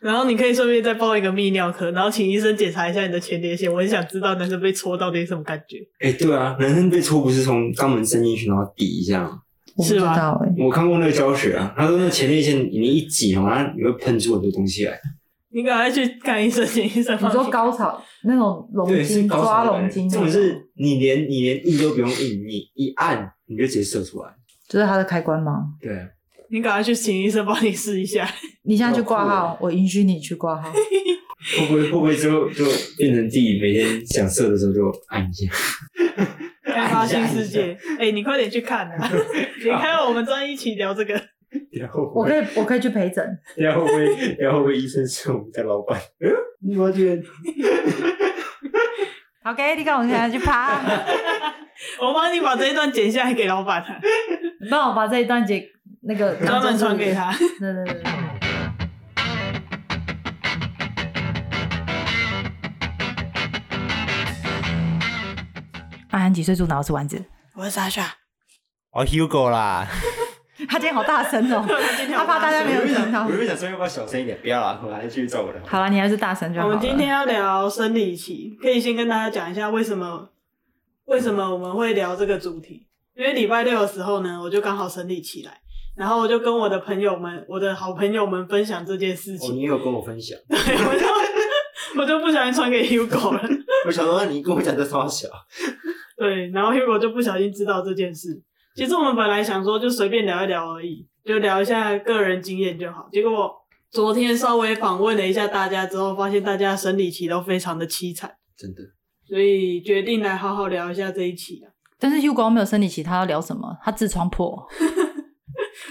然后你可以顺便再报一个泌尿科，然后请医生检查一下你的前列腺。我很想知道男生被戳到底是什么感觉，哎、对啊，男生被戳不是从肛门伸进去然后抵一下吗？我不知是吧道哎、我看过那个教学啊，他说那前列腺你一挤哦，然后你会喷出很多东西来。你赶快去看医生，请医生你帮说你高潮那种龙对，是筋高潮抓的龙感觉筋那重种，点是你连你连硬都不用硬，你一按你就直接射出来。就是它的开关吗？对啊，你赶快去请医生帮你试一下。你现在去好酷挂号哦，我允许你去挂号。会不会会不会就就变成自己每天想射的时候就按 一下？开发新世界，哎、你快点去看啊！你看我们专一起聊这个，然后我可以，我可以去陪诊。然后会然后会医生是我们家老板， 你完全 OK，你看我现在去趴，我帮你把这一段剪下来给老板、啊，你帮我把这一段截那个专门传给。他。对对对对。安安几岁住哪？我是丸子。我是莎莎，哦，Hugo 啦，他今天好大声 哦、他他怕大家没有听到我。就想说要不要小声一点，不要啦，我还是继续照我的。好了，你还是大声就好我了。们今天要聊生理期，可以先跟大家讲一下为什么为什么我们会聊这个主题。因为礼拜六的时候呢，我就刚好生理期来，然后我就跟我的朋友们、我的好朋友们分享这件事哦，情，你有跟我分享，对我就 我就不小心传给 Hugo 了。 我想说你跟我讲这超小，对，然后 Hugo 就不小心知道这件事。其实我们本来想说就随便聊一聊而已，就聊一下个人经验就好。结果昨天稍微访问了一下大家之后，发现大家生理期都非常的凄惨，真的。所以决定来好好聊一下这一期啊。但是 Hugo 没有生理期，他要聊什么？他痔疮破，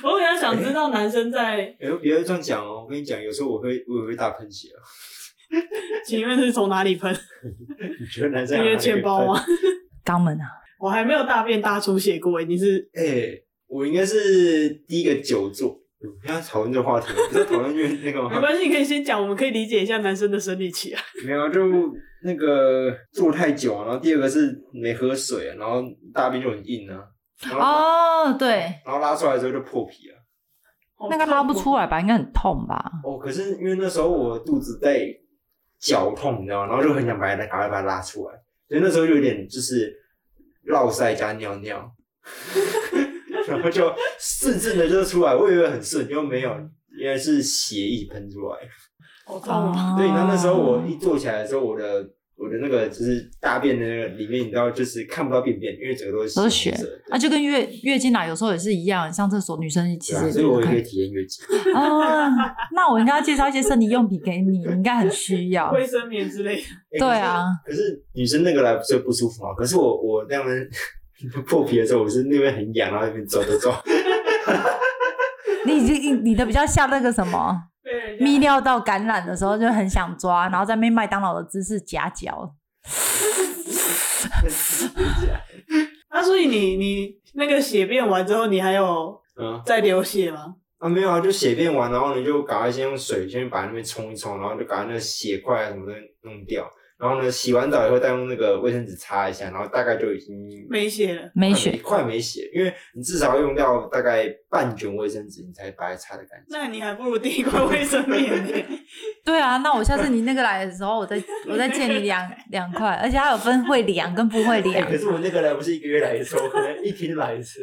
我比较想知道男生在，哎，不要这样讲哦，我跟你讲，有时候我会我也会大喷血 啊。请问是从哪里喷？你觉得男因生为钱包吗？？肛门啊， 我还没有大便大出血过，你是 哎、我应该是第一个久坐。嗯，现在讨论这个话题，不是讨论因为那个没 吗？关系，你可以先讲，我们可以理解一下男生的生理期啊。没有，就那个坐太久啊，然后第二个是没喝水啊，然后大便就很硬啊，然后、哦，对，然后拉出来之后就破皮了。 那个拉不出来吧？应该很痛吧？哦，可是因为那时候我肚子在绞痛，你知道吗？然后就很想把它赶快把它拉出来，所以那时候就有点就是绕塞加尿尿， 然后就顺顺的就出来，我以为很顺，结果没有，原来是血液喷出来。好哦痛啊，好痛啊！对，然后那时候我一坐起来的时候，我的我的那个就是大便的那个里面，你知道，就是看不到便便，因为整个都是都是血色的啊，就跟月月经来有时候也是一样，上厕所女生其对实啊，也所以我也可以以体验月经。啊。那我应该要介绍一些生理用品给你，你应该很需要。卫生棉之类的，欸对啊可是，可是女生那个来最不舒服嘛。可是我我那边 破皮的时候，我是那边很痒，然后那边走走 走。你已经你的比较像那个什么被人家泌尿道感染的时候，就很想抓，然后在那边麦当劳的姿势夹脚。啊，所以你你那个血便完之后，你还有嗯再流血吗？啊，没有啊，就血便完，然后你就赶快先用水先把那边冲一冲，然后就把那个血块啊什么的弄掉。然后呢，洗完澡以后再用那个卫生纸擦一下，然后大概就已经没血了，没快血，快没血，因为你至少要用掉大概半卷卫生纸，你才把它擦的干净。那你还不如订一块卫生棉呢、 对啊，那我下次你那个来的时候，我再我再借你 两两块，而且它有分会凉跟不会哎凉可，是我那个来不是一个月来一次，我可能一天就来一次。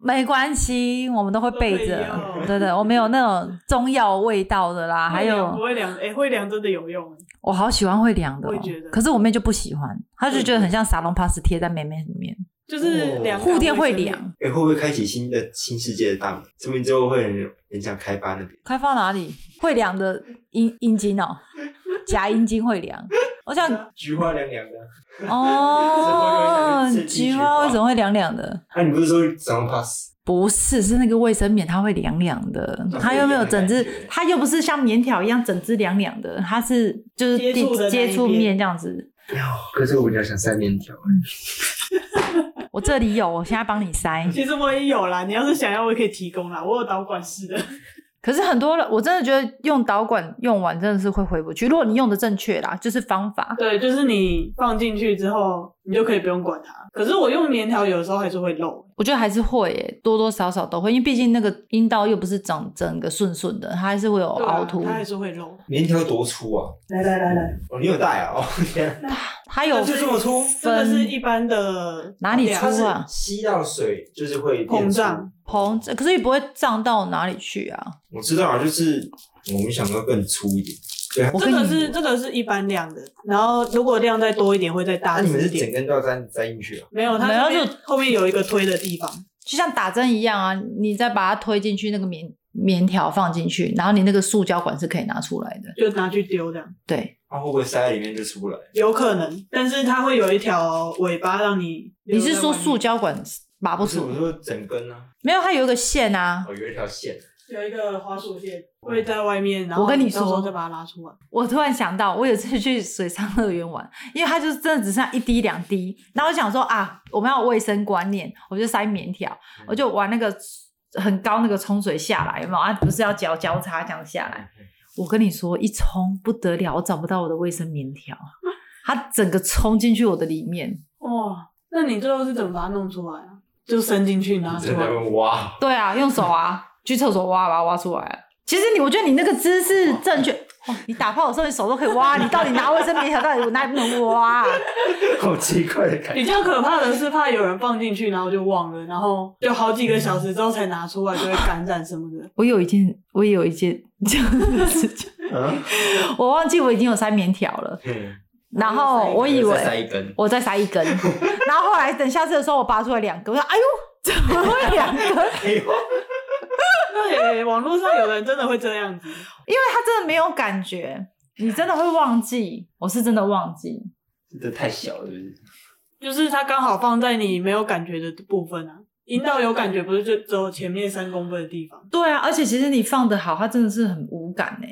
没关系，我们都会备都会着有。对对，我们有那种中药味道的啦，啊还有不会凉，哎、会凉真的有用、我好喜欢会凉的、哦我也觉得，可是我妹就不喜欢，她就觉得很像沙龙 pass 贴在妹妹里面，啊就是凉护垫会卫生棉。凉。哎、会不会开启新的新世界的大门？说明之后会很很想开发那边。开放哪里？会凉的阴阴茎哦，夹阴茎会凉。我 想，菊花凉凉的。哦为什么会有人想去，吃菊菊花花为什么会凉凉的？那、啊你不是说长 pass？不是，是那个卫生棉，它会凉凉的。哦那它又没有整不一样的只感觉，它又不是像棉条一样整只凉凉的，它是就是接触的那一接触边面这样子。可是我比较想塞面条。我这 里有，我现在帮你塞。其实我也有啦，你要是想要，我也可以提供啦，我有导管式的。可是很多人，我真的觉得用导管用完真的是会回不去。如果你用的正确啦，就是方法。 对，就是你放进去之后，你就可以不用管它。可是我用棉条有的时候还是会漏，我觉得还是会耶，多多少少都会，因为毕竟那个阴道又不是长整个顺顺的，它还是会有对啊哦凹凸。它还是会漏。棉条多粗啊？来来来来，哦，你有带啊？哦，天啊，它有就这么粗？这个是分一般的呃哪里量粗它是啊吸到水就是会变粗膨胀。膨，可是也不会胀到哪里去啊。我知道啊，就是我没想到更粗一点。我这跟个你是这个是一般量的，然后如果量再多一点会再那大啊你一们是整点。根都要塞塞进去啊？没有，它没有后面就后面有一个推的地方，就像打针一样啊，你再把它推进去那个棉棉条放进去，然后你那个塑胶管是可以拿出来的。就拿去丢这样，对，啊它会不会塞在里面就出不来？有可能，但是它会有一条尾巴让你。你是说塑？胶管拔不不是，我出？说整根啊，没有，它有一个线啊。哦，有一条线。有一个滑鼠线会在外面，然后我跟你到时候说再把它拉出来。我突然想到，我有次去水上乐园玩，因为它就是真的只剩下一滴两滴，然后我想说啊，我们要有卫生观念，我就塞棉条，我就玩那个很高那个冲水下来，有没有啊？不是要交交叉这样下来？我跟你说，一冲不得了，我找不到我的卫生棉条，它整个冲进去我的里面。哇，那你最后是怎么把它弄出来啊？就伸进去拿啊你出在那来。边挖，对啊，用手啊，去厕所挖，把它挖出来啊了。其实你，我觉得你那个姿势正确。哦、你打炮的时候，你手都可以挖，你到底拿卫生棉条，到底哪里不能挖、啊？好奇怪的感觉。比较可怕的是，怕有人放进去，然后就忘了，然后就好几个小时之后才拿出来，就会感染什么的。我有一件，我也有一件这样的事情， 嗯，我忘记我已经有塞棉条了，嗯然后我以再塞为一根，我再塞一 根，然后后来等下次的时候我拔出来两根，我说哎呦，怎么会两根？哎呦， 对，网络上有人真的会这样子。因为它真的没有感觉，你真的会忘记，我是真的忘记。这太小了，是不是？就是它刚好放在你没有感觉的部分啊。阴道有感觉，不是就只有前面三公分的地方？对啊，而且其实你放的好，它真的是很无感哎、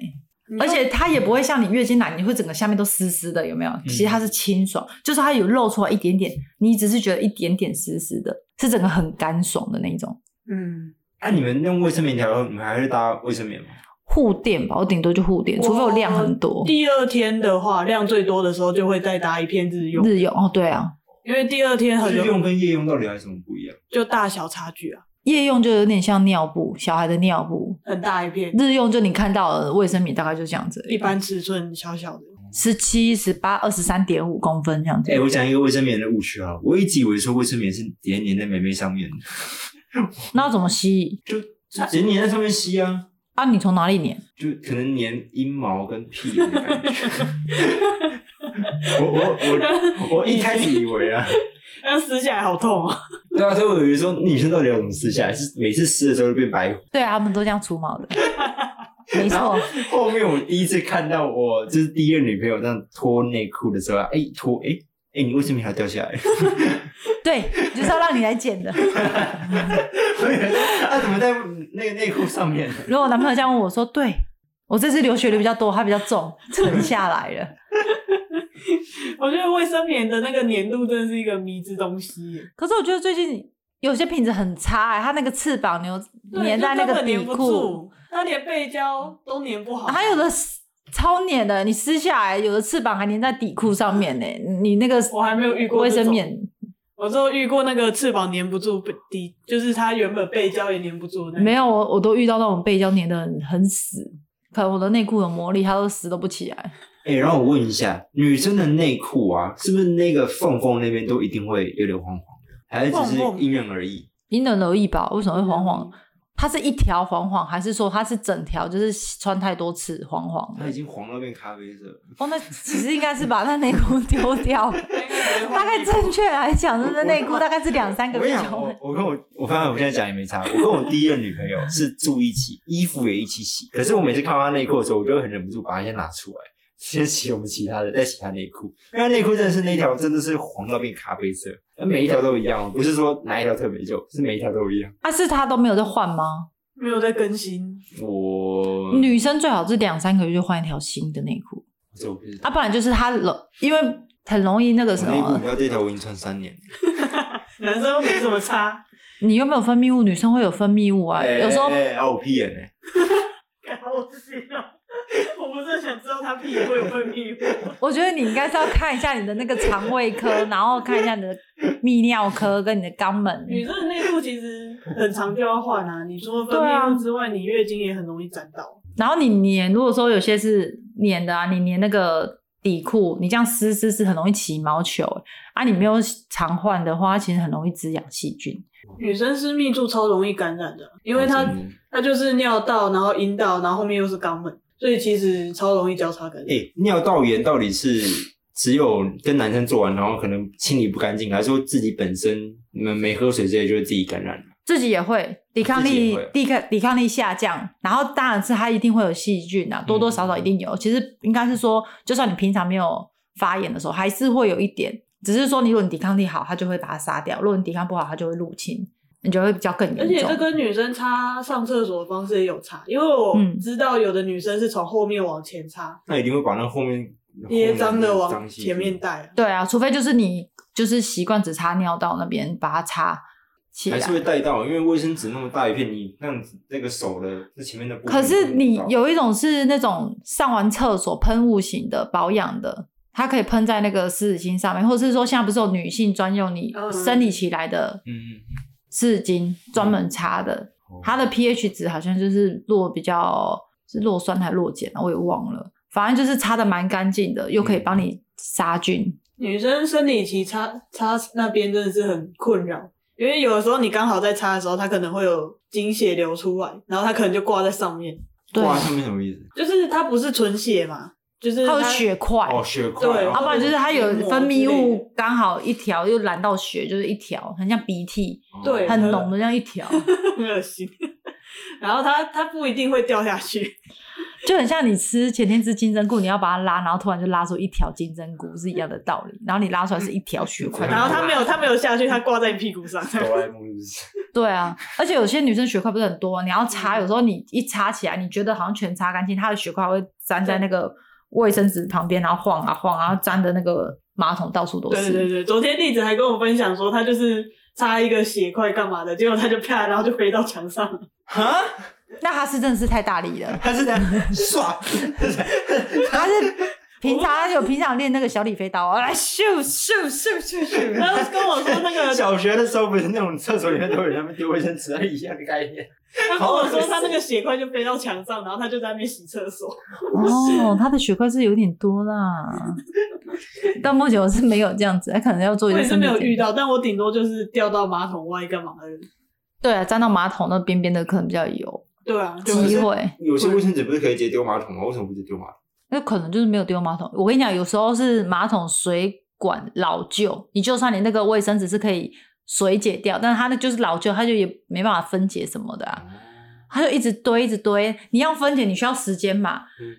你就而且它也不会像你月经来，你会整个下面都湿湿的，有没有？其实它是清爽，就是它有露出来一点点，你只是觉得一点点湿湿的，是整个很干爽的那一种嗯，啊，你们用卫生棉条的时候，你们还会搭卫生棉吗？护垫吧，我顶多就护垫，除非我量很多。第二天的话，量最多的时候就会再搭一片日用，日用哦，对啊，因为第二天很日容用跟夜用到底有什么不一样？就大小差距啊，夜用就有点像尿布，小孩的尿布；很大一片，日用就你看到的卫生棉大概就这样子而已，一般尺寸小小的。 十七、十八、二十三点五公分这样子。哎、我讲一个卫生棉的误区啊，我一直以为说卫生棉是直接粘在棉被上面的，那要怎么吸？就就直接粘在上面吸啊，啊，你从哪里粘？就可能粘阴毛跟屁的感觉。我我我我一开始以为啊，但撕起来好痛啊！对啊，所以我以为说女生到底要怎么撕下来，是每次撕的时候就变白虎。对啊，他们都这样除 毛的，没错。后面我第一次看到我就是第一个女朋友这样脱内裤的时候啊，哎、脱哎哎，你卫生棉条掉下来了，对，就是要让你来剪的。我以为说 啊怎么在那个内裤上面？如果我男朋友这样问我说，对我这次流血流比较多，它比较重，沉下来 了。 我觉得卫生棉的那个粘度真的是一个迷之东西耶，可是我觉得最近有些品质很差、欸，它那个翅膀牛粘在对那就根个本底粘不裤，住，它连背胶都粘不好。哦还有的是超粘的，你撕下来，有的翅膀还粘在底裤上面呢、你那个我还没有遇过卫这生种棉，我之后遇过那个翅膀粘不住，被底就是它原本背胶也粘不住的那没有我我都遇到那种背胶粘的很很死，可能我的内裤有魔力，它都死都不起来。哎、然后我问一下，女生的内裤啊，是不是那个缝缝那边都一定会有点黄黄的，还是只是缝缝因人而异？因人而异吧，为什么会黄黄？嗯它是一条黄黄，还是说它是整条就是穿太多次黄黄它的已？经黄到变咖啡色了。哦，那其实应该是把 那内裤丢 掉。个大概正确来讲，就是内裤大概是两三个我跟你讲，球我。我跟我我发现我现在讲也没差。我跟我第一任女朋友是住一起，衣服也一起洗。可是我每次看到她内裤的时候，我就会很忍不住把它先拿出来，先洗我们其他的，再洗她内裤。因为她内裤真的是那一条真的是黄到变咖啡色，每一条都一样，不是说哪一条特别旧，是每一条都一样。啊，是他都没有在换吗？没有在更新，我嗯女生最好是两三个月就换一条新的内裤，这我不知道啊，。不然就是她冷，因为很容易那个我什内裤么你，知道这条我已经穿三年了。男生没什么差。 哎你有没有分泌物？女生会有分泌物啊，有时候哦哎、欸，我屁眼呢、干我知道，我不是很想知道他屁股有没有屁股。我觉得你应该是要看一下你的那个肠胃科，然后看一下你的泌尿科跟你的肛门。女生的内裤其实很长就要换啊，你除了分对啊泌物之外，你月经也很容易沾到。然后你粘，如果说有些是粘的啊，你粘那个底裤，你这样撕撕是很容易起毛球欸啊。你没有常换的话，其实很容易滋养细菌。女生私密处超容易感染的，因为哦嗯它它就是尿道，然后阴道，然后后面又是肛门，所以其实超容易交叉感染。诶、哎尿道炎到底是只有跟男生做完，然后可能清理不干净，还是说自己本身你们没喝水之类就会自己感染了？自己也会抵抗自己也力会，抵抗抵抗力下降，然后当然是它一定会有细菌嗯啊，多多少少一定有。其实应该是说，就算你平常没有发炎的时候，还是会有一点，只是说你如果你抵抗力好，它就会把它杀掉；如果你抵抗不好，它就会入侵，你就会比较更严重。而且这跟女生擦上厕所的方式也有差，因为我嗯知道有的女生是从后面往前擦，那一定会把那后面也脏的往脏细菌前面带啊。对啊，除非就是你就是习惯只擦尿道那边把它擦起还来是。会带到，因为卫生纸那么大一片，你那样子那个手的那前面的部分会可带到，是你有一种是那种上完厕所喷雾型的保养的，它可以喷在那个湿纸巾上面，或者是说现在不是有女性专用你嗯生理期来的嗯，湿纸巾专门擦的，哦嗯它的 pH 值好像就是弱比较是弱酸还是弱碱啊，我也忘了，反正就是擦的蛮干净的，又可以帮你杀菌。女生生理期擦擦那边真的是很困扰，因为有的时候你刚好在擦的时候，它可能会有经血流出来，然后它可能就挂在上面，对，挂上面什么意思？就是它不是纯血嘛，就是它有它血块，啊哦，血块，对哦要不然就是它有分泌黏膜之类物刚好一条，又染到血，就是一条，很像鼻涕，哦对很浓的这样一条， 很恶心。然后它它不一定会掉下去，就很像你吃前天吃金针菇，你要把它拉，然后突然就拉出一条金针菇是一样的道理。然后你拉出来是一条血块，然后它没有它没有下去，它挂在你屁股上。哆啦 A 梦 就是对啊，而且有些女生血块不是很多，你要擦，有时候你一擦起来，你觉得好像全擦干净，它的血块会粘在那个卫生纸旁边，然后晃啊晃，然后粘的那个马桶到处都对是。对对对，昨天栗子还跟我分享说，他就是擦一个血块干嘛的，结果他就啪，然后就飞到墙上了。哈，那它是真的是太大力了，他是在耍，它是平常它有平常练那个小李飞刀啊，来咻咻咻咻咻。他跟我说那个， 小学的时候不是那种厕所里面都有人丢卫生纸一样的概念。他跟我说他那个血块就飞到墙上，然后他就在那边洗厕所。哦，他的血块是有点多 啦。到目前我是没有这样子，他可能要做我一也个是没有身体检遇到，但我顶多就是掉到马桶外干嘛的。对啊，沾到马桶那边边的可能比较有对啊，就机是会，有些卫生纸不是可以直接丢马桶吗？为什么不直接丢马桶？那可能就是没有丢马桶。我跟你讲，有时候是马桶水管老旧，你就算你那个卫生纸是可以水解掉，但是它那就是老旧，它就也没办法分解什么的啊，它就一直堆一直堆。你要分解，你需要时间嘛，嗯，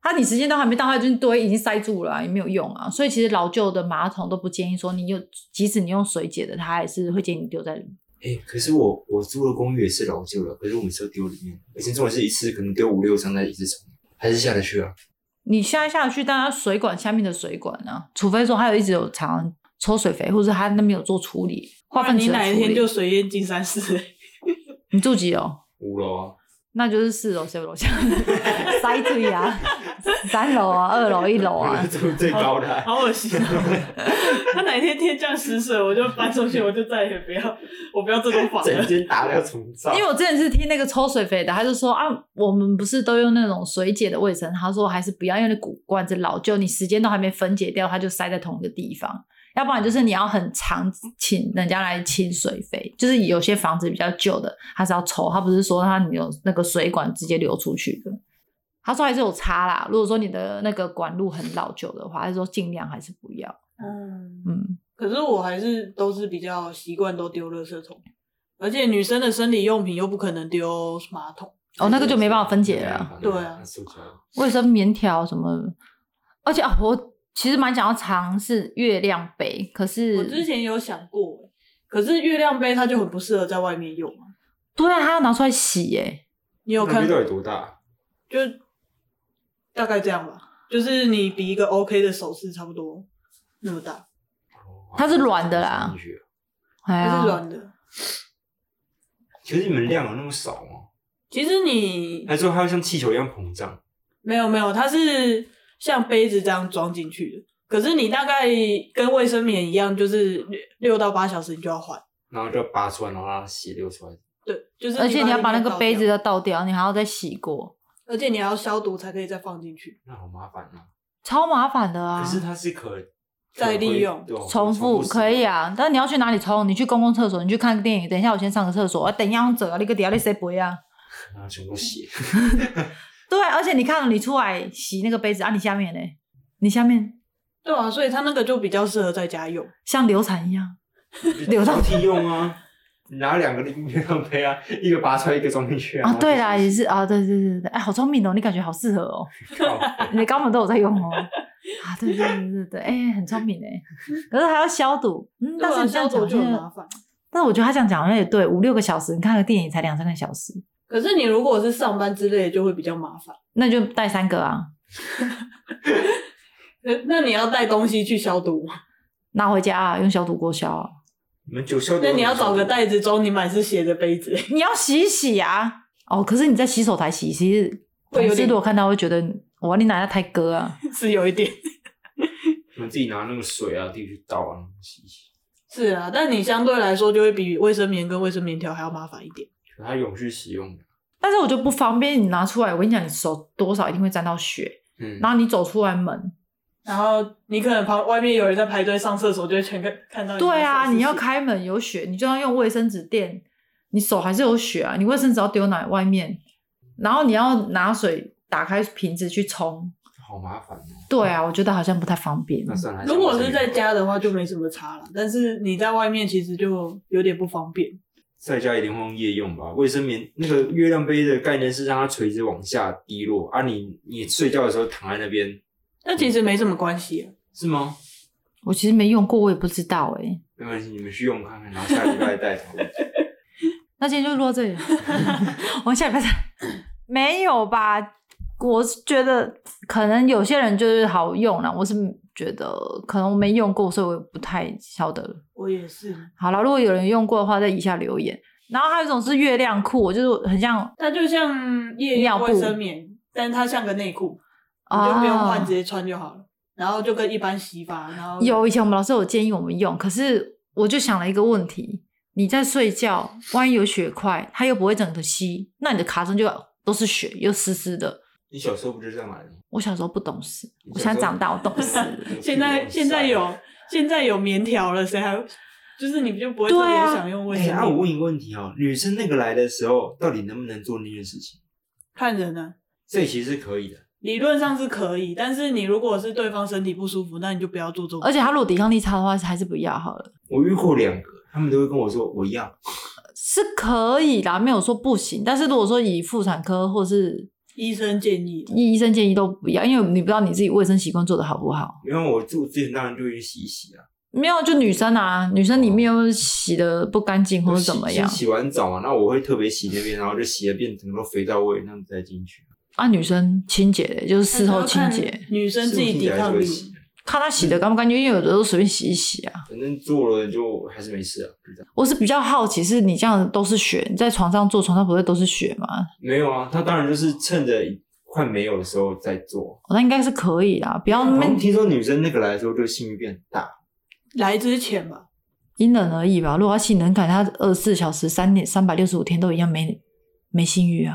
它你时间都还没到，它就堆已经塞住了啊、也没有用啊。所以其实老旧的马桶都不建议说你有，即使你用水解的，它还是会建议你丢在里面。哎、可是我我住的公寓也是老旧了，可是我每次都丢里面，以前做的是一次可能丢五六张在一次冲，还是下得去啊？你下下去，但它水管下面的水管啊，除非说它有一直有常抽水肥，或者它那边有做处理，化粪你池的哪一处天理。就水淹金山寺、你住几楼？五楼啊，，那就是四楼、六楼下，塞对啊，三楼啊， 二楼、一楼啊住最高的 啊、好恶心、 啊！他哪天天降死水，我就搬出去，我就再也不要，我不要这栋房了整。间打掉重造。因为我之前是听那个抽水肥的，他就说啊，我们不是都用那种水解的卫生，他说还是不要，因为那骨罐子老旧，你时间都还没分解掉，它就塞在同一个地方。要不然就是你要很常请人家来清水肥，就是有些房子比较旧的，它是要抽，它不是说它你有那个水管直接流出去的。他说还是有差啦，如果说你的那个管路很老旧的话，他说尽量还是不要。嗯，嗯，可是我还是都是比较习惯都丢垃圾桶，而且女生的生理用品又不可能丢马桶。哦，那个就没办法分解了。对啊塑胶卫生棉条什么，而且啊，我其实蛮想要尝试月亮杯，可是我之前有想过，欸可是月亮杯它就很不适合在外面用啊。对啊，它要拿出来洗耶、你有那看杯到底多大？就大概这样吧，就是你比一个 OK 的手势差不多那么大，它是软的啦其哎它呀是，软的。实你们量有那么少吗？其实你还是说它会像气球一样膨胀？没有没有，它是像杯子这样装进去的。可是你大概跟卫生棉一样，就是六六到八小时你就要换。然后就拔出来，然后让它血流出来。对，就是而且你要把那里面个倒杯子掉，要倒掉，你还要再洗过，而且你还要消毒才可以再放进去。那好麻烦啊！超麻烦的啊可。是它是可再利用对哦重复使用可以啊，但你要去哪里冲？你去公共厕所，你去看个电影。等一下，我先上个厕所。啊、等一下用走啊，你个底下你谁不啊？然后全部血。对，啊而且你看你出来洗那个杯子啊，你下面呢？你下面对啊，所以它那个就比较适合在家用。像流产一样，流到交替用啊，你拿两个饮料杯啊，一个拔出来，一个装进去啊， 对啦，也是是啊，对对对对，哎，好聪明哦，你感觉好适合哦，你的肛门都有在用 哦，啊，对对对对对，哎，很聪明哎，可是还要消毒，对嗯，但是啊，你这消样讲毒好就很麻像，烦。但是我觉得他这样讲好像也对，五六个小时，你看个电影才两三个小时，可是你如果是上班之类的，就会比较麻烦。那就带三个啊，那那你要带东西去消毒吗？拿回家啊，用消毒锅消啊，你们九霄那你要找个袋子装你满是血的杯子， 你要洗一洗啊，哦，可是你在洗手台洗，其实会有同事点如果看到会觉得哇，你拿下太 割啊，是有一点。你们自己拿那个水啊，自己去倒啊，洗一洗。是啊，但你相对来说就会比卫生棉跟卫生棉条还要麻烦一点。可它永续使用的，但是我就不方便你拿出来，我跟你讲，你手多少一定会沾到血，嗯，然后你走出来门。然后你可能旁外面有人在排队上厕所，就会全看看到。对啊，你要。开门有血，你就要用卫生纸垫，你手还是有血啊，你卫生纸要丢哪外面，然后你要拿水打开瓶子去冲。好麻烦哦。对啊，我觉得好像不太方便。那算了，还如果是在家，家的话，就没什么差了。但是你在外面，其实就有点不方便。在家一定会用夜用吧。卫生棉那个月亮杯的概念是让它垂直往下滴落，啊你，你睡觉的时候躺在那边但其实没什么关系、啊。是吗？我其实没用过，我也不知道哎、没关系，你们去用看看，然后下礼拜再讨论。那今天就录到这里了，我们下礼拜再。没有吧？我是觉得可能有些人就是好用啦，我是觉得可能我没用过，所以我也不太晓得了。我也是，好了，如果有人用过的话，在以下留言。然后还有一种是月亮裤，我就是很像它就像夜尿用布卫生棉，但它像个内裤，你啊，就不用换，直接穿就好了。然后就跟一般洗发，然后有以前我们老师有建议我们用，可是我就想了一个问题：你在睡觉，万一有血块，它又不会整个吸，那你的卡上就都是血，又湿湿的。 你小时候不就是这样来的吗？我小时候不懂事，你我小时候现在长大我懂事了。 现在现在有现在有棉条了，谁还就是你就不会对特别啊想用卫生哎、棉？啊，我问一个问题哦，女生那个来的时候，到底能不能做那件事情？看人啊，这其实是可以的，理论上是可以，但是你如果是对方身体不舒服，那你就不要做这种。而且他如果抵抗力差的话，还是不要好了，我遇过两个，他们都会跟我说我要，是可以啦，没有说不行。但是如果说以妇产科或是医生建议，医生建议都不要，因为你不知道你自己卫生习惯做得好不好。因为我住之前当然就会去洗一洗啊，没有，就女生啊，女生里面又洗的不干净或者怎么样洗洗完澡嘛，那我会特别洗那边，然后就洗的变成都肥皂味，那样再进去，啊，女生清洁的就是事后清还是要洁看，女生自己抵抗力是不是听起来就会。洗看她洗的干不干净，因为有的时候随便洗一洗啊。反正做了就还是没事啊，就这样。我是比较好奇，是你这样都是血，你在床上做，床上不会都是血吗？没有啊，他当然就是趁着快没有的时候再做。哦那应该是可以啦，不要我那么们听说女生那个来的时候，就性欲变很大，来之前吧，因人而异吧。如果她性能感，她二十四小时、三点三百六十五天都一样没没性欲啊。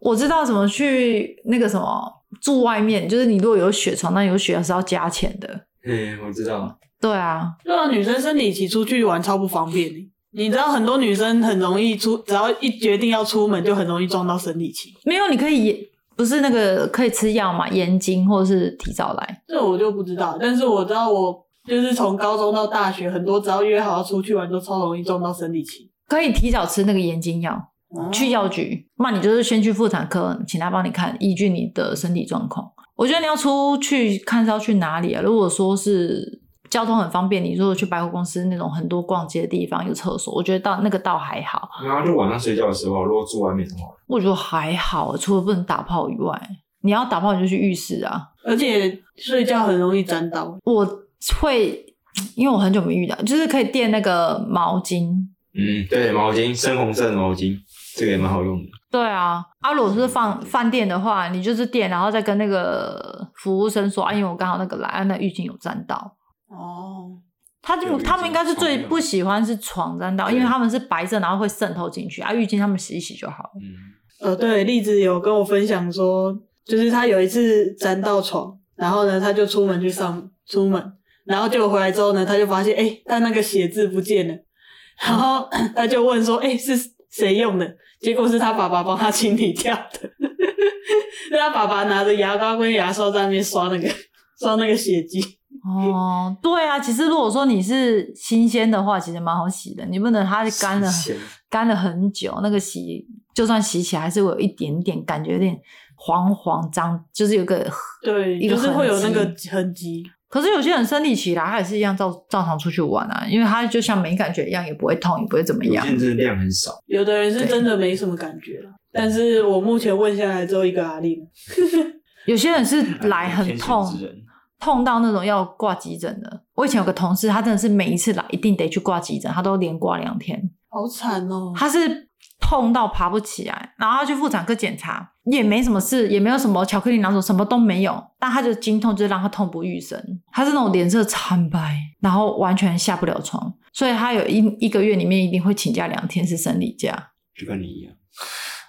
我知道怎么去那个什么住外面，就是你如果有血床单有血是要加钱的。嗯，我知道。对啊，对啊，女生生理期出去玩超不方便的。你知道很多女生很容易出，只要一决定要出门就很容易撞到生理期，没有，你可以延，不是那个可以吃药嘛？延经或者是提早来，这我就不知道。但是我知道我就是从高中到大学，很多只要约好要出去玩，都超容易撞到生理期。可以提早吃那个延经药，哦去药局。那你就是先去妇产科，请他帮你看，依据你的身体状况。我觉得你要出去看是要去哪里啊？如果说是交通很方便，你如果去百货公司那种很多逛街的地方有厕所，我觉得到那个倒还好，然后就晚上睡觉的时候，如果住外面的话，我觉得还好，除了不能打炮以外，你要打炮你就去浴室啊。而且睡觉很容易沾到，我会，因为我很久没遇到，就是可以垫那个毛巾，嗯，对，毛巾，深红色的毛巾，这个也蛮好用的。对啊，啊，如果是饭饭店的话，你就是店，然后再跟那个服务生说，啊，因为我刚好那个来，啊、那浴巾有沾到。哦，他就对他们应该是浴巾最床不喜欢是床沾到，对因为他们是白色，然后会渗透进去啊。浴巾他们洗一洗就好了。嗯，呃，对，栗子有跟我分享说，就是他有一次沾到床，然后呢，他就出门去上出门，然后就回来之后呢，他就发现，哎，他那个写字不见了，然后 他就问说，哎，是谁用的？结果是他爸爸帮他清理掉的， 是他爸爸拿着牙膏跟牙刷在那边刷那个刷那个血迹。哦，对啊，其实如果说你是新鲜的话，其实蛮好洗的。你不能它干了新鲜干了很久，那个洗就算洗起来还是会有一点点感觉，有点黄黄脏，就是有个。对，一个就是会有那痕迹个痕迹。可是有些人生理期来，他也是一样照照常出去玩啊，因为他就像没感觉一样，也不会痛，也不会怎么邮样。件真的量很少，有的人是对真的没什么感觉了，但是我目前问下来只有一个阿令，有些人是来很痛，天选之人痛到那种要挂急诊的。我以前有个同事，他真的是每一次来一定得去挂急诊，他都连挂两天。好惨哦、他是痛到爬不起来，然后他去妇产科检查，也没什么事，也没有什么巧克力囊肿，什么都没有。但他就经痛，就是让他痛不欲生。他是那种脸色惨白，然后完全下不了床，所以他有一一个月里面一定会请假两天是生理假。就跟你一样，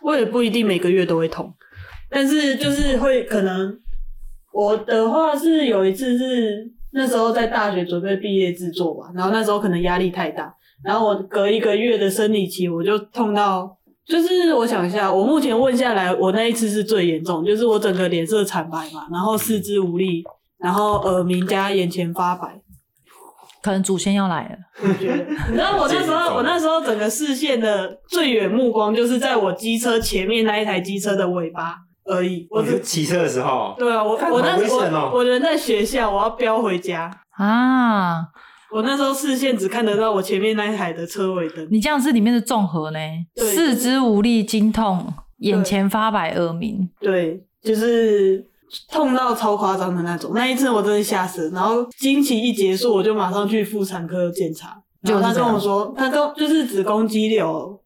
我也不一定每个月都会痛，但是就是会可能我的话是有一次是那时候在大学准备毕业制作吧，然后那时候可能压力太大，然后我隔一个月的生理期我就痛到，就是我想一下，我目前问下来，我那一次是最严重，就是我整个脸色惨白嘛，然后四肢无力，然后耳鸣加眼前发白，可能祖先要来了， 你知道我那时候，这一种我那时候整个视线的最远目光就是在我机车前面那一台机车的尾巴而已。我我哦是只骑车的时候，对啊，我看我那好危险哦我我人在学校，我要飙回家。啊！我那时候视线只看得到我前面那一台的车尾灯。你这样是里面的综合呢，对四肢无力、经痛、眼前发白、耳鸣。对，就是痛到超夸张的那种。那一次我真的吓死了，然后经期一结束，我就马上去妇产科检查，然后他就是这跟样我说，他跟就是子宫肌瘤。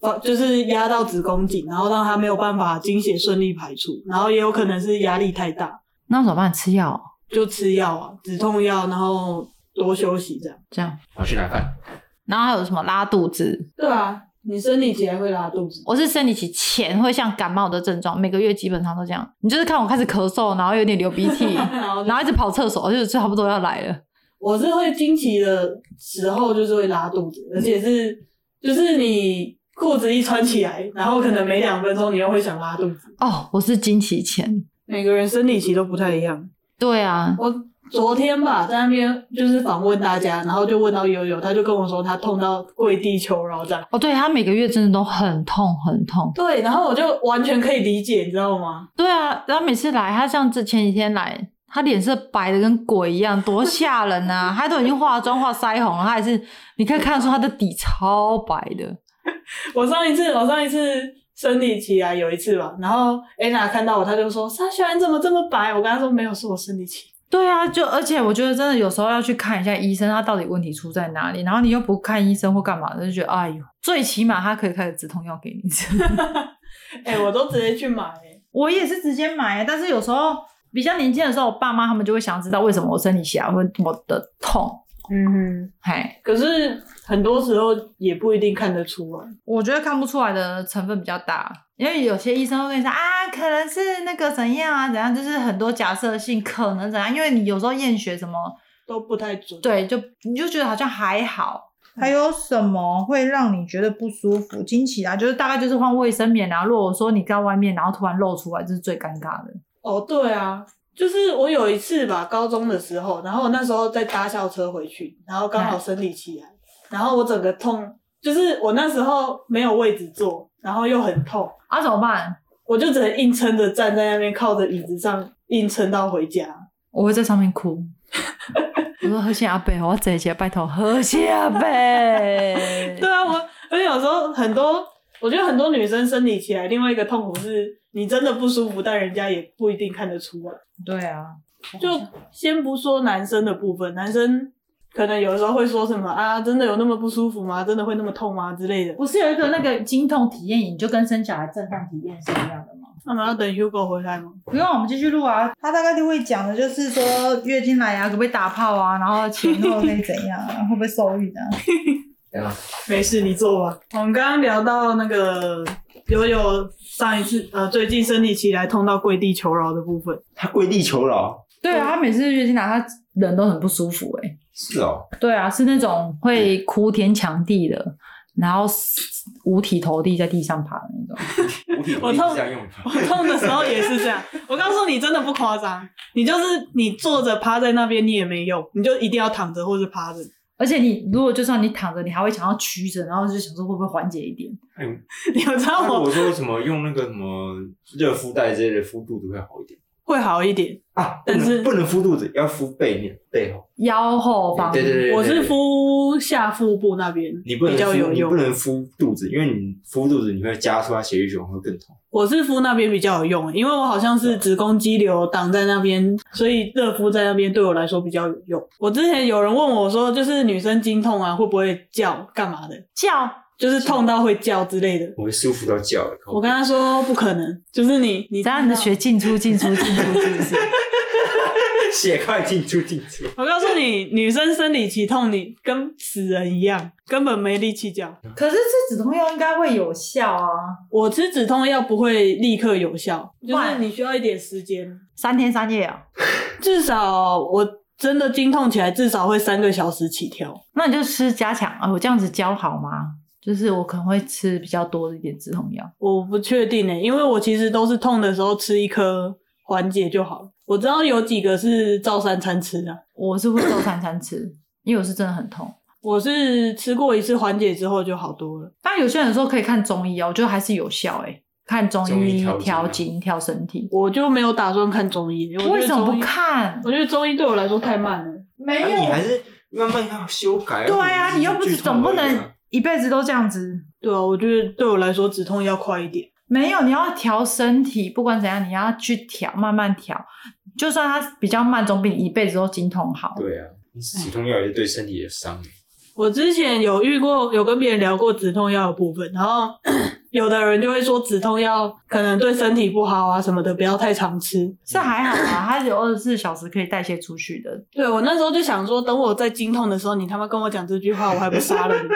呃就是压到子宫颈，然后让他没有办法经血顺利排出，然后也有可能是压力太大，那怎么办？吃药？就吃药啊，止痛药，然后多休息这样。这样，我去哪看？然后还有什么拉肚子？对啊，你生理期还会拉肚子，我是生理期前会像感冒的症状，每个月基本上都这样。你就是看我开始咳嗽，然后有点流鼻涕， 然后就然后一直跑厕所，就是差不多要来了。我是会经期的时候就是会拉肚子，而且是就是你裤子一穿起来，然后可能没两分钟你又会想拉肚子。哦，我是经期前。每个人生理期都不太一样。对啊，我昨天吧在那边就是访问大家，然后就问到悠悠，他就跟我说他痛到跪地求饶这样。哦，对他每个月真的都很痛很痛。对，然后我就完全可以理解，你知道吗？对啊，然后每次来，他像之前几天来，他脸色白的跟鬼一样，多吓人啊！他都已经化妆、化腮红了，他还是你可以看得出他的底超白的。我上一次我上一次生理期啊有一次吧，然后 Anna 看到我，她就说沙雪你怎么这么白？我跟她说没有，是我生理期。对啊，就而且我觉得真的有时候要去看一下医生，他到底问题出在哪里。然后你又不看医生或干嘛的，就觉得哎呦，最起码他可以开个止痛药给你吃。 哎、我都直接去买、我也是直接买，啊但是有时候比较年轻的时候，我爸妈他们就会想知道为什么我生理期啊会这么的痛。嗯哼，嗨，可是很多时候也不一定看得出来。我觉得看不出来的成分比较大，因为有些医生会跟你说啊，可能是那个怎样啊怎样，就是很多假设性可能怎样，因为你有时候验血什么，都不太准。，对，就你就觉得好像还好。还有什么会让你觉得不舒服、惊奇啊？就是大概就是换卫生棉啊。如果说你在外面，然后突然露出来，这是最尴尬的。哦，对啊，就是我有一次吧，高中的时候，然后我那时候在搭校车回去，然后刚好生理期来，然后我整个痛，就是我那时候没有位置坐，然后又很痛，啊，怎么办？我就只能硬撑着站在那边，靠着椅子上硬撑到回家。我会在上面哭。我说喝些阿贝，我要这些，拜托喝些阿贝。 对啊，我而且有时候很多。我觉得很多女生生理期来，另外一个痛苦是你真的不舒服，但人家也不一定看得出来。对啊，就先不说男生的部分，男生可能有的时候会说什么啊，真的有那么不舒服吗？真的会那么痛吗之类的。不是有一个那个经痛体验营，就跟生小孩阵痛体验是一样的吗？那么要等 Hugo 回来吗？不用，我们继续录啊。他大概就会讲的就是说月经来啊，可不可以打炮啊，然后前后可以怎样、啊， 会不会受孕啊？没事，你做吧。我们刚刚聊到那个悠悠上一次呃，最近生理期来痛到跪地求饶的部分，他跪地求饶，对啊，他每次月经来，他人都很不舒服哎、是哦，对啊，是那种会哭天抢地的，然后五体投地在地上爬的那种。五体我投地痛是这样用法我。痛的时候也是这样。我告诉你，真的不夸张，你就是你坐着趴在那边你也没用，你就一定要躺着或是趴着。而且你如果就算你躺着，你还会想要曲着，然后就想说会不会缓解一点？你有知道那我哎我说什么用那个什么热敷袋之类的敷肚子会好一点会好一点，啊？不但是能不能敷肚子，要敷背面背后。腰后方对对对对，对我是，敷下腹部那边你不能比较敷有你用，不能敷肚子，因为你敷肚子你会加速它血液循环会更痛。我是敷那边比较有用，欸因为我好像是子宫肌瘤挡在那边，所以热敷在那边对我来说比较有用。我之前有人问我说，就是女生经痛啊会不会叫干嘛的，叫就是痛到会叫之类的。我会舒服到叫了。我跟他说不可能，就是你你你知道你的学。学进出进出进出是不是？血快进出进出，我告诉你，女生生理期痛，你跟死人一样，根本没力气叫。可是吃止痛药应该会有效啊，我吃止痛药不会立刻有效，就哇是你需要一点时间，三天三夜啊，至少我真的经痛起来，至少会三个小时起跳。那你就吃加强啊、我这样子教好吗？就是我可能会吃比较多一点止痛药，我不确定诶、欸因为我其实都是痛的时候吃一颗缓解就好了。我知道有几个是照三餐吃的，我是会周三餐吃， 因为我是真的很痛。我是吃过一次缓解之后就好多了。但有些人说可以看中医啊，我觉得还是有效哎、看中中医医调经调啊经调身体。我就没有打算看中医，欸我觉得为什么中不医？看？我觉得中医对我来说太慢了。没那啊你还是慢慢要修改。哎对啊，你又不是是总不啊能一辈子都这样子。对啊，我觉得对我来说止痛要快一点。没有，你要调身体，不管怎样，你要去调，慢慢调。就算它比较慢，总比你一辈子都经痛好。对啊，你止痛药也是对身体的伤。我之前有遇过，有跟别人聊过止痛药的部分，然后 有的人就会说止痛药可能对身体不好啊什么的，不要太常吃。是还好啊，它是有二十四小时可以代谢出去的对我那时候就想说，等我在经痛的时候，你他妈跟我讲这句话，我还不杀了你。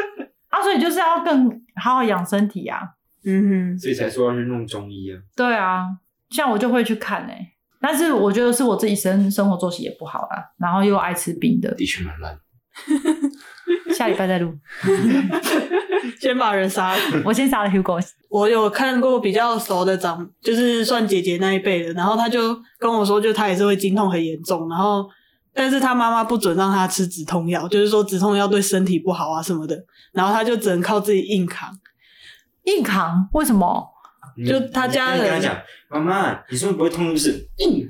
啊，所以就是要更好好养身体啊。嗯哼，所以才说要去弄中医啊。对啊，像我就会去看哎、但是我觉得是我自己生生活作息也不好啦，然后又爱吃冰的。的确蛮烂。下礼拜再录， 先把人杀了。我先杀了 Hugo。我有看过比较熟的长，就是算姐姐那一辈的，然后她就跟我说，就她也是会经痛很严重，然后但是她妈妈不准让她吃止痛药，就是说止痛药对身体不好啊什么的，然后她就只能靠自己硬扛。硬扛为什么？你就他家人你跟他讲，妈妈，你说不会痛是不是？嗯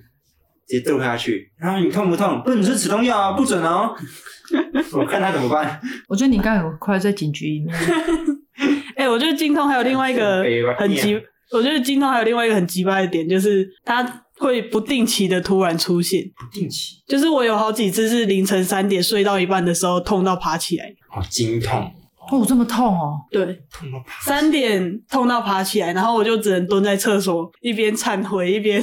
直接揍下去。然后你痛不痛？不，你吃止痛药啊，不准哦。 我看他怎么办。我觉得你应该很快在警局里面。哎、我觉得经痛还有另外一个北吧很急，我觉得经痛还有另外一个很急掰的点，就是它会不定期的突然出现。不定期，就是我有好几次是凌晨三点睡到一半的时候痛到爬起来，好经痛，哦，这么痛哦！对，痛到怕。三点痛到爬起来，然后我就只能蹲在厕所，一边忏悔一边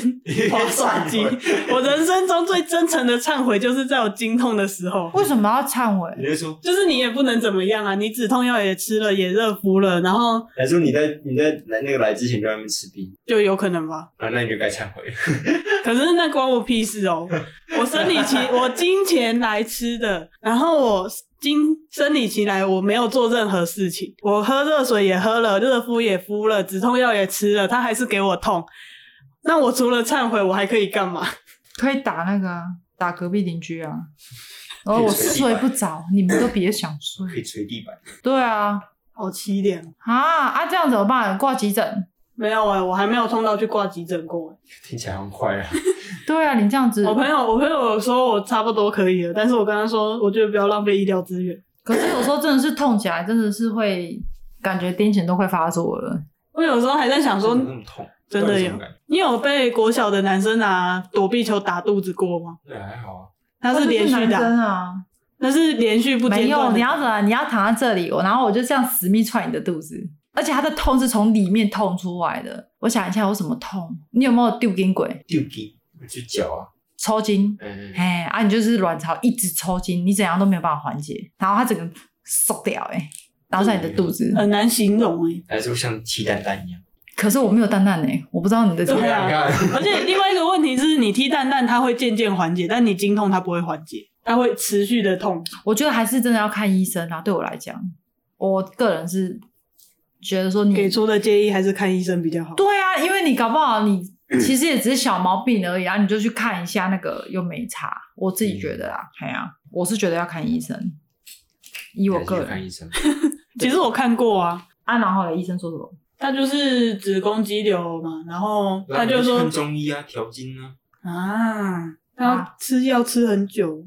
划手机一边。我人生中最真诚的忏悔，就是在我经痛的时候。为什么要忏悔？你就说，就是你也不能怎么样啊，你止痛药也吃了，也热敷了，然后来说你在你在来那个来之前就在那边吃冰就有可能吧。啊，那你就该忏悔。可是那关我屁事哦！我生理期，我经前来吃的，然后我经生理期来，我没有做任何事情，我喝热水也喝了，热敷也敷了，止痛药也吃了，它还是给我痛。那我除了忏悔，我还可以干嘛？ 可以打那个啊，打隔壁邻居啊。然可后以我捶地睡板不着，你们都别想 可以睡。捶地板，对啊，好凄凉。啊啊，这样怎么办？挂急诊？没有哎、我还没有痛到去挂急诊过、欸听起来很快 啊。对啊，你这样子我，朋友，我朋友说我差不多可以了，但是我跟他说，我觉得不要浪费医疗资源。可是有时候真的是痛起来，真的是会感觉癫痫都快发作了。我有时候还在想说怎，么那么痛，真的到底什有么感觉？你有被国小的男生拿躲避球打肚子过吗？对，还好啊。他是连续哦男打，生啊，那是连续不间没有，断的你要怎么？你要躺在这里，我然后我就这样死命踹你的肚子，而且它的痛是从里面痛出来的。我想一下，有什么痛？你有没有丢筋鬼？丢给去脚啊，抽筋？嗯，哎、啊，你就是卵巢一直抽筋，你怎样都没有办法缓解，然后它整个缩掉、哎，打在你的肚子。很难形容哎、还是像鸡蛋蛋一样。可是我没有蛋蛋哎、我不知道 你的怎么对样。啊你看，而且另外一个问题是你踢蛋蛋，它会渐渐缓解，但你经痛它不会缓解，它会持续的痛。我觉得还是真的要看医生啊。对我来讲，我个人是觉得说你给出的建议还是看医生比较好。对啊，因为你搞不 好你其实也只是小毛病而已啊，你就去看一下那个又没差。我自己觉得嗯啊，哎呀、我是觉得要看医生，以我个还是去看人医生。其实我看过啊，啊。然后嘞医生说什么？他就是子宫肌瘤嘛，然后他就那说你去看中医啊，调经啊，啊，他要吃药吃很久，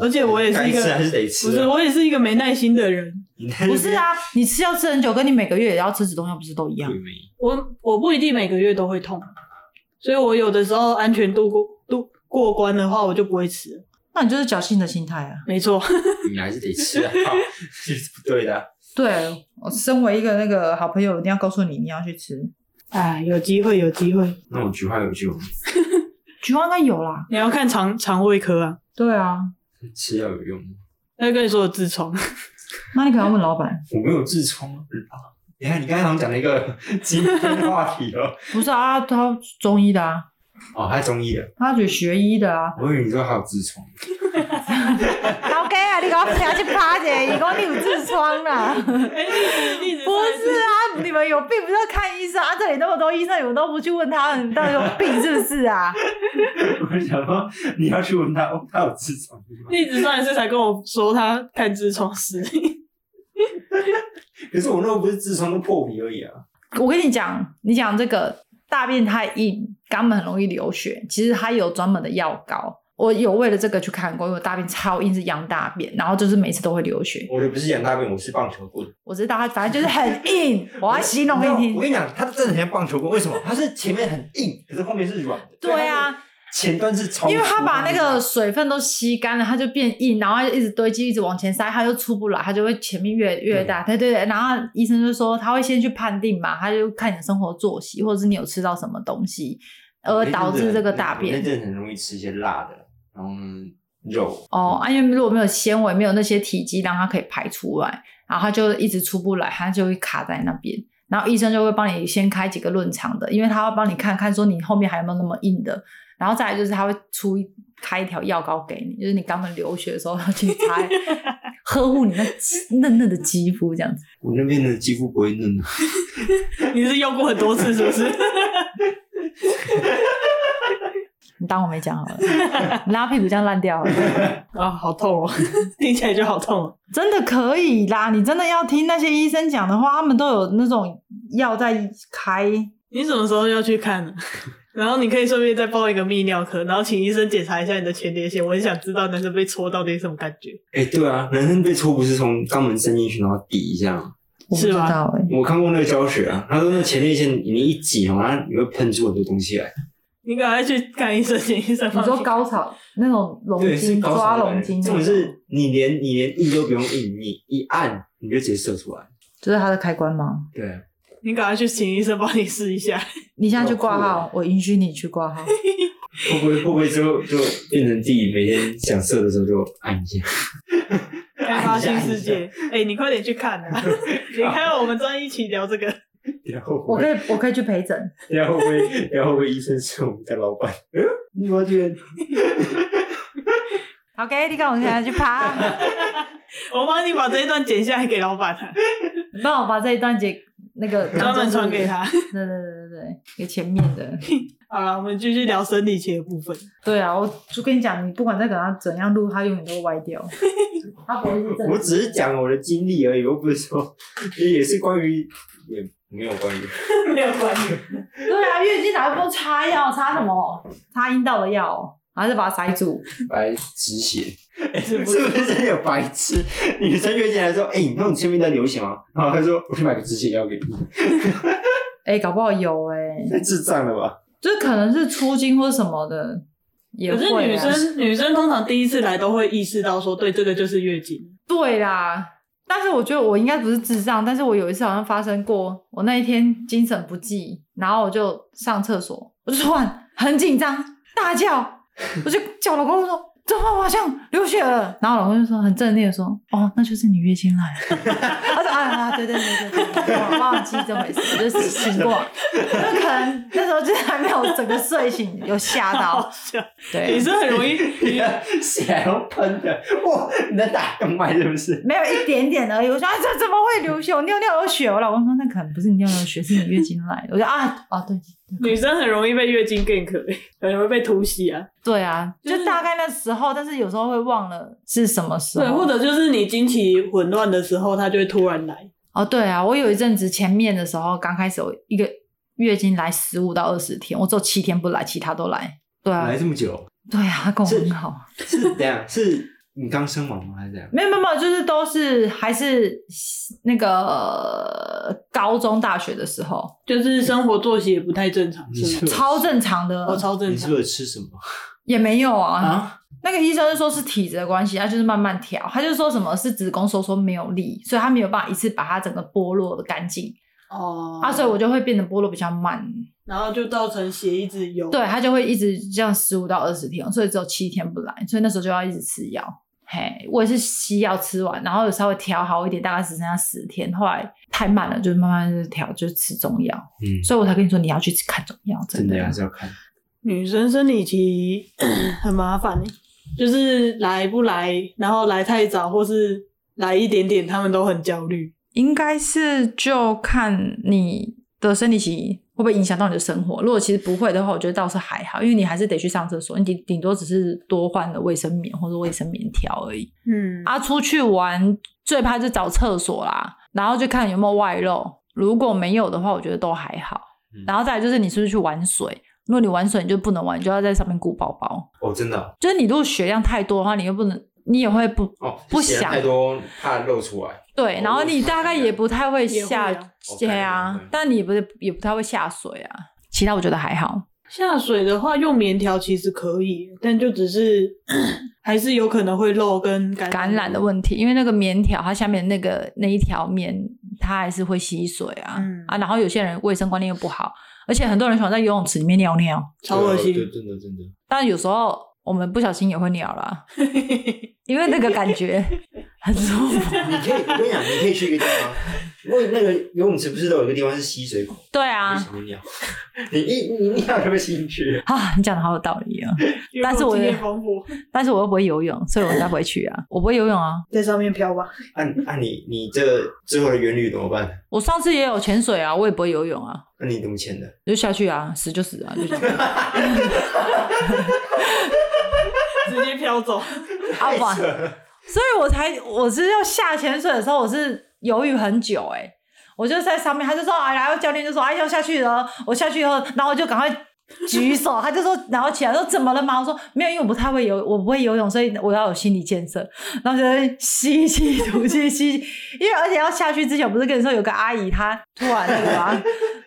而且我也是该一吃个还是得不吃是啊。我也是一个没耐心的人，你不不是，啊，你吃药吃很久，跟你每个月也要吃止痛药，不是都一样鬼？没我我不一定每个月都会痛，所以我有的时候安全度过度过关的话，我就不会吃了。那你就是侥幸的心态啊。没错，你还是得吃啊， 靠这是不对的啊。对，我身为一个那个好朋友，一定要告诉你，你要去吃 哎，有机会有机会，那我菊花有救吗，菊花应该有啦。你要看肠肠胃科啊，对啊，吃药有用吗？他就跟你说有痔 疮。那你可能要问老板。我没有痔疮啊。你看，你刚才好像讲了一个 今天的话题哦。不是啊，他中医的啊，哦，他中医的，他学学医的啊。我以为你说还有痔疮。老家啊，你给我听去趴者，伊讲你有痔疮 啦。哎不是啊，你们有病不是要看医生啊？这里那么多医生，你们都不去问他，你到底有病是不是啊？ 我想说你要去问他，哦他有痔疮吗？栗子上一次才跟我说他看痔疮视力，可是我那个不是痔疮，都破皮而已啊。我跟你讲，你讲这个大便太硬，肛门很容易流血，其实它有专门的药膏。我有为了这个去看过，因为我大便超硬，是羊大便，然后就是每次都会流血。我的不是羊大便，我是棒球棍。我知道它反正就是很硬，我要形容给你我听。跟你讲，它真的很像棒球棍，为什么？它是前面很硬，可是后面是软的。对啊，，前端是超，因为它把那个水分都吸干了，它就变硬，然后它就一直堆积，一直往前塞，它就出不来，它就会前面越越大。对对对，然后医生就说他会先去判定嘛，他就看你的生活作息，或者是你有吃到什么东西，而呃导致这个我大那便。阵子很容易吃一些辣的，然后呢肉。哦，啊，因为如果没有纤维，没有那些体积让它可以排出来，然后它就一直出不来，它就会卡在那边。然后医生就会帮你先开几个润肠的，因为他要帮你看看说你后面还有没有那么硬的。然后再来就是他会出一开一条药膏给你，就是你肛门流血的时候 要去擦，呵护你那肌嫩嫩的肌肤这样子。我那边的肌肤不会嫩啊 的，你是用过很多次是不 是？你当我没讲好了，你拉屁股这样烂掉了，啊，好痛哦， 听起来就好痛哦。真的可以啦！你真的要听那些医生讲的话，他们都有那种药在开，你什么时候要去看 呢？然后你可以顺便再报一个泌尿科，然后请医生检查一下你的前列腺。我很想知道男生被戳到底是什么感觉。哎、对啊，男生被戳不是从肛门伸进去然后抵一下吗？我不知是吗道哎、我看过那个教学啊，他说那前列腺你一挤哦，然后你会喷出很多东西来。你赶快去看医生，请医生你帮说你。高潮那种龙对，是筋高抓潮龙筋那这种种，是你连你连硬都不用硬，你一按你就直接射出来。就是它的开关吗？对，你赶快去请医生帮你试一 下。你现在去挂好号，我允许你去 挂号。会不会会不会之后就变成自己每天想射的时候就按 一下？开发新世界，哎、你快点去看 啊！你看我们在一起聊这个，然后我可以，我可以去陪诊。然后会然后会医生是我们的老板？嗯， 你完全 OK，你跟我现在去趴， 我帮你把这一段剪下来给老板、啊，你帮我把这一段节那 个专门传给。他。对对对对对，给前面的。好了，我们继续聊生理期的部 分。对啊，我就跟你讲，你不管再给他怎样录，他永远都会歪 掉。他不会是正我常。只是讲我的经历而已，又不是说也是关于也没有关于。没有关系，对啊，月经来不擦药，擦什么？擦阴道的药哦，然后再把它塞住。白止血，是不 是不 是是有白痴？女生月经来说：“哎、你那种前面在流血吗？”然后他说：“我去买个止血药给你。哎、搞不好有哎、” 太智障了吧？就是可能是出经或什么的。也可是会女啊。生女生通常第一次来都会意识到说，对，这个就是月经。对啦，但是我觉得我应该不是智障，但是我有一次好像发生过，我那一天精神不济，然后我就上厕所，我就突然很紧张，大叫，我就叫老公说。怎么我好像流血了？然后老公就说很镇定的说：“哦，那就是你月经来了。” 他说：“啊啊，对对对对对，我忘记这回事，我就醒过来， 就可能那时候就是还没有整个睡醒，有吓好到。笑，对，啊你是很 容易，你血还要喷的，哇！你在打动脉是不是？没有一点点而已。我说啊，这怎么会流血？我尿尿有血。我老公说那可能不是你尿尿有血，是你月经来的。我 就啊哦啊，对女生很容易被月经 gank，欸很容易被突袭啊。对啊，就是就大概那时候，但是有时候会忘了是啊什么时候。对，或者就是你经期混乱的时候，它就会突然来。哦，对啊，我有一阵子前面的时候，刚开始有一个月经来十五到二十天，我只有七天不来，其他都来。对啊来，这么久，对啊，他跟我这很好，是怎样？ 是你刚生完吗？还是怎样？没有没有没有，就是都是还是那个高中大学的时候，就是生活作息也不太正常，你是是不吗？是超正常的，我超正你是常不，是有吃什么也没有啊？那个医生就说是体质的关系，他就是慢慢调，他就说什么是子宫收缩没有力，所以他没有办法一次把它整个剥落的干净、哦啊，所以我就会变得剥落比较慢，然后就造成血一直有。对，他就会一直这样十五到二十天，所以只有七天不来，所以那时候就要一直吃药。嘿，我也是西药吃完，然后有稍微调好一点，大概只剩下十天，后来太慢了，就慢慢就调，就吃中药，嗯，所以我才跟你说你要去看中药，真真的的还是要看。女生生理期很麻烦欸，就是来不来，然后来太早或是来一点点，他们都很焦虑。应该是就看你的生理期会不会影响到你的生活。如果其实不会的话，我觉得倒是还好，因为你还是得去上厕所，你顶顶多只是多换了卫生棉或者卫生棉条而已。嗯啊，出去玩最怕就找厕所啦，然后就看有没有外漏。如果没有的话，我觉得都还好嗯。然后再来就是你是不是去玩水？如果你玩水，你就不能玩，你就要在上面鼓包包。哦，真的哦就是你如果血量太多的话，你又不能，你也会不哦，不血想太多怕漏出来。对，然后你大概也不太会也会下啊对也啊会，但你不是也不太会下水啊。其他我觉得还好，下水的话用棉条其实可以，但就只 是还是有可能会漏跟感感染的问题，因为那个棉条它下面那个那一条棉，它还是会吸水啊、嗯啊。然后有些人卫生观念又不好，而且很多人喜欢在游泳池里面尿尿，超恶心。对，真的真的。但有时候我们不小心也会尿 啦，因为那个感 觉很舒服。你可以，我跟你讲，你可以去一个地 方，因为那个游泳池不是都有一个地方是吸水孔，对啊 你，想尿， 你一你一尿就会进去。啊，你讲的好有道理啊。因为但是我经验丰 富，但是我又不会游泳，所以我才不会去啊。我不会游泳啊，在上面飘吧。按按啊你你这最后的原理怎么办？我上次也有潜水啊，我也不会游泳啊。那你怎么签的？就下去啊，死就死啊，就这样 直接飘走。 啊太不然扯，了，所以我才我是要下潜水的时候，我是犹豫很久哎、我就在上面，他就说哎，然后教练就说哎要下去了，我下去以后，然后我就赶快举手，他就说然后起来说怎么了吗？我说没有，因为我不太会游，我不会游泳，所以我要有心理建设，然后就在吸气吐气吸，因为而且要下去之前，我不是跟你说有个阿姨她突然那个、啊、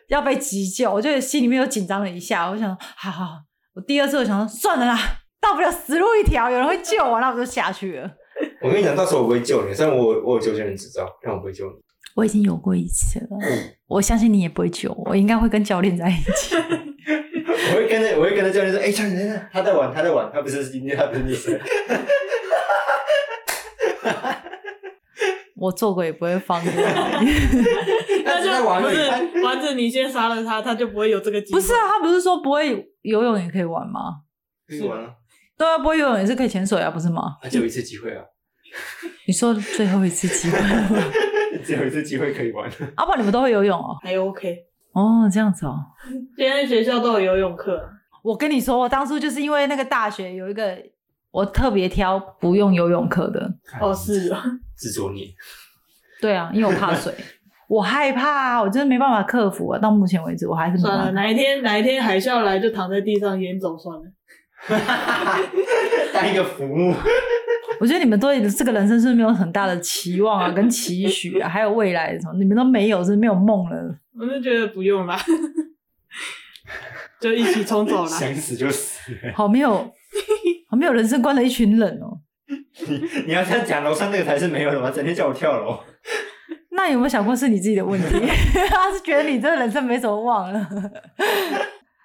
要被急救，我就心里面又紧张了一下，我想好好，好我第二次我想说算了啦，大不了死路一条，有人会救我，那我就下去了。我跟你讲，到时候我不会救你，虽然我我有救生员执照，但我不会救你。 我已经有过一次了，我相信你也不会救我，应该会跟教练在一起。 我会跟着，我会跟着教练说：“哎、教练，教练他在玩，他在玩，他不是今天，他不是你。我做过也不会放过你。那 他就只在玩哎不而已。是丸子，你先杀了他，他就不会有这个机会。 不是啊，他不是说不会游泳也可以玩吗？他就玩了，对啊，不会游泳也是可以潜水啊，不是吗？他只有一次机会啊，你说最后一次机会，只有一次机会可以玩。啊阿宝、不然你们都会游泳哦？还 OK。哦，这样子哦。现在学校都有游泳课啊，我跟你说，我当初就是因为那个大学有一个，我特别挑不用游泳课的。哎哦是啊，自作孽，对啊，因为我怕水，我害怕啊，我真的没办法克服啊。到目前为止，我还是 没算办了，法。哪一天哪一天海啸来就躺在地上淹走算了。 当一个浮木。我觉得你们对这个人生是没有很大的期望啊，跟期许啊，还有未来什么，你们都没有，是没有梦了。我就觉得不用 啦，就一起冲走啦。想死就死。 好，没有好没有人生观的一群人哦。你你要这样讲，楼上那个才是没有的吗？整天叫我跳楼，那有没有想过是你自己的问题？ 他是觉得你这个人生没什么望了。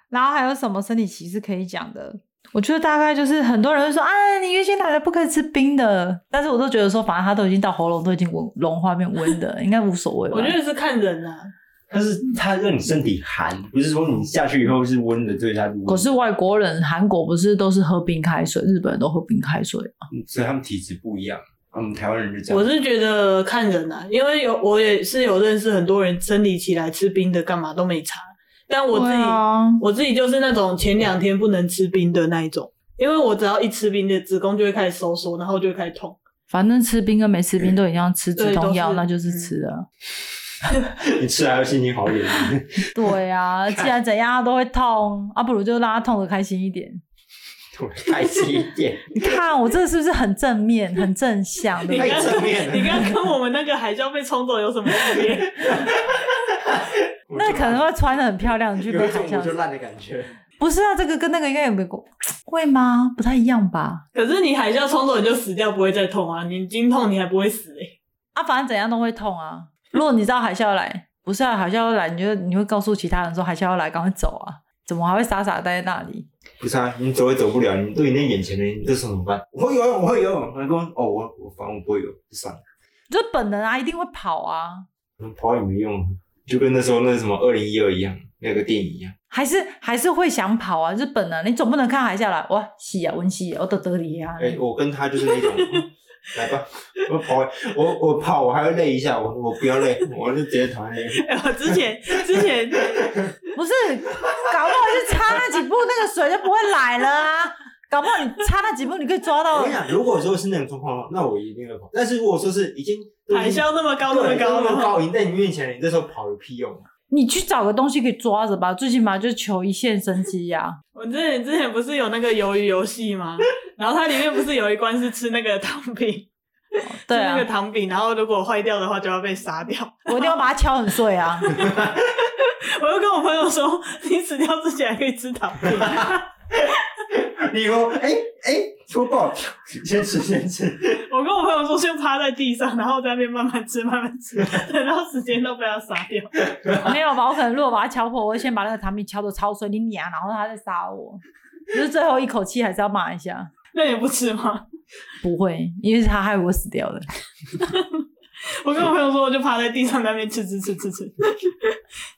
然后还有什么生理期是可以讲的？我觉得大概就是很多人会说啊，你月经来了不可以吃冰的，但是我都觉得说，反正它都已经到喉咙都已经温融化变温的，应该无所谓吧。我觉得是看人啊啦、但是它让你身体寒，不是说你下去以后是温的，对它温的可是外国人，韩国不是都是喝冰开水，日本人都喝冰开水吗所以他们体质不一样，啊我们台湾人就这我样。是觉得看人啊，因为有我也是有认识很多人生理期来吃冰的，干嘛都没查。但我自己、对啊我自己就是那种前两天不能吃冰的那一种，因为我只要一吃冰的子宫就会开始收缩，然后就会开始痛。反正吃冰跟没吃冰都一样，吃止对痛都药是那嗯就是吃 了。你吃来会心情好一点。 对啊，既然怎样它都会痛，啊，不如就让它痛的开心一点。 我开心一点，你看我这是不是很正面、很正向？对你不刚太对正面了 你刚跟我们那个海啸被冲走有什么区别？那可能会穿的很漂亮去有被一种海我就啸。烂的感觉。不是啊，这个跟那个应该有没有会吗？不太一样吧？可是你海啸冲走你就死掉，不会再痛啊！你经痛你还不会死哎、啊，反正怎样都会痛啊。如果你知道海啸来，不是啊，海啸要来，你就你会告诉其他人说海啸要来，赶快走啊！怎么还会傻傻待在那里？不是啊，你走也走不了，你都已经眼前了，你这时候怎么办？我会游泳，我会游泳。老公，哦，我我反正我不会游，就算了，就本能啊，一定会跑啊，跑也没用，就跟那时候那什么二零一二一样，那个电影一样。还是还是会想跑啊，就是本能。你总不能看海啸来，哇，死啊，温死啊，我得得你啊！哎、我跟他就是那 种，嗯来吧，我跑，我我跑，我还会累一下，我我不要累，我就直接躺下来。欸我之前之前不是，搞不好就差那几步，那个水就不会来了啊。搞不好你差那几步，你可以抓我跟到哦你。讲，如果说是那种状况，那我一定会跑。但是如果说是已经海啸那么高那么对高那然么后高，已经在你面前了，你这时候跑有屁用 啊？你去找个东西可以抓着吧，最起码就求一线生机 啊呀、我之前之前不是有那个鱿鱼游戏吗？然后它里面不是有一关是吃那个糖饼，对吃那啊个，糖饼，然后如果坏掉的话就要被杀掉。我一定要把它敲很碎啊。 我就跟我朋友说，你死掉之前还可以吃糖饼，你说，哎、哎，粗暴，先吃先吃。我跟我朋友说先趴在地上，然后在那边慢慢吃慢慢吃，等到时间都被它杀掉。没有吧？我可能如果把它敲破，我会先把那个糖饼敲得超碎，你娘，然后它再杀我。就是最后一口气还是要骂一下，那你不吃吗？不会，因为是他害我死掉的。我跟我朋友说，我就趴在地上在那边吃吃吃吃吃，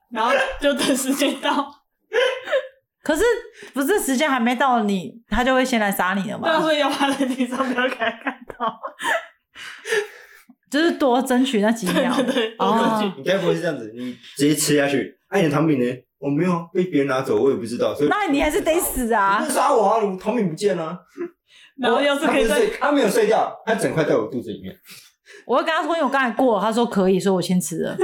然后就等时间到。可是不是时间还没到你，他就会先来杀你了对啊，嘛？所以要趴在地上，不要给它看到。就是多争取那几对秒。对对，哦我啊你该不会是这样子？你直接吃下去？哎、你的糖饼呢？我没有啊被别人拿走，我也不知道。所以那你还是得死啊你！不是杀我啊！你糖饼不见了、然后要是可以再他哦不是睡他没有睡觉，他整块在我肚子里面。 我会跟他说，因为我刚才过了，他说可以，所以我先吃了，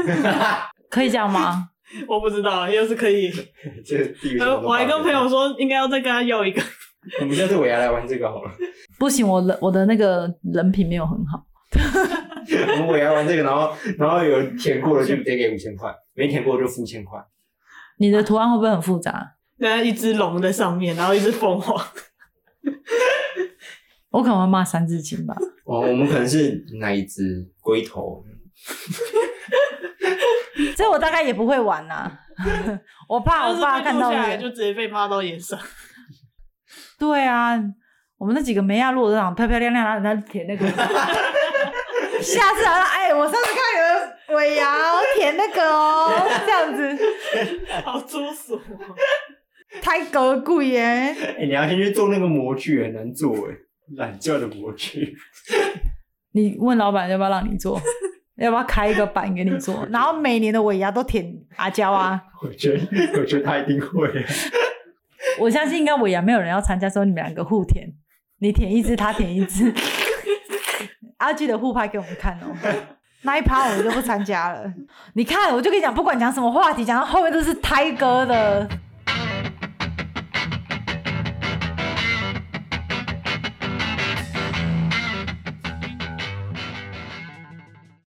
可以这样吗？我不知道，要是可以，这个地狱呃，我还跟朋友，说应该要再跟他要一个，我们下次我也来玩这个好了。不行，我人我的那个人品没有很好，我们我也来玩这个，然后然后有填过的就直接给五千块，没填过就付千块。你的图案会不会很复杂？然后一只龙在上面，然后一只凤凰，我可能会骂三字经吧。哦，我们可能是哪一只龟头？这我大概也不会玩呐、啊 我怕要我是爸被看录到下那来个就直接被骂到眼上。对啊，我们那几个梅亚洛长漂漂亮亮，然后在那舔那个。 下次好像哎，我上次看有尾牙我舔那个 哦，这样子好粗俗哦、太高贵耶。哎、你要先去做那个模具，很难做哎，懒觉的模具。你问老板要不要让你做，要不要开一个版给你做？然后每年的尾牙都舔阿娇啊，我觉得，我觉得他一定会。我相信应该尾牙没有人要参加，说你们两个互舔，你舔一只，他舔一只， 啊，记得互拍给我们看哦。那一趴我就不参加了。你看，我就跟你讲，不管讲什么话题，讲到后面都是胎哥的。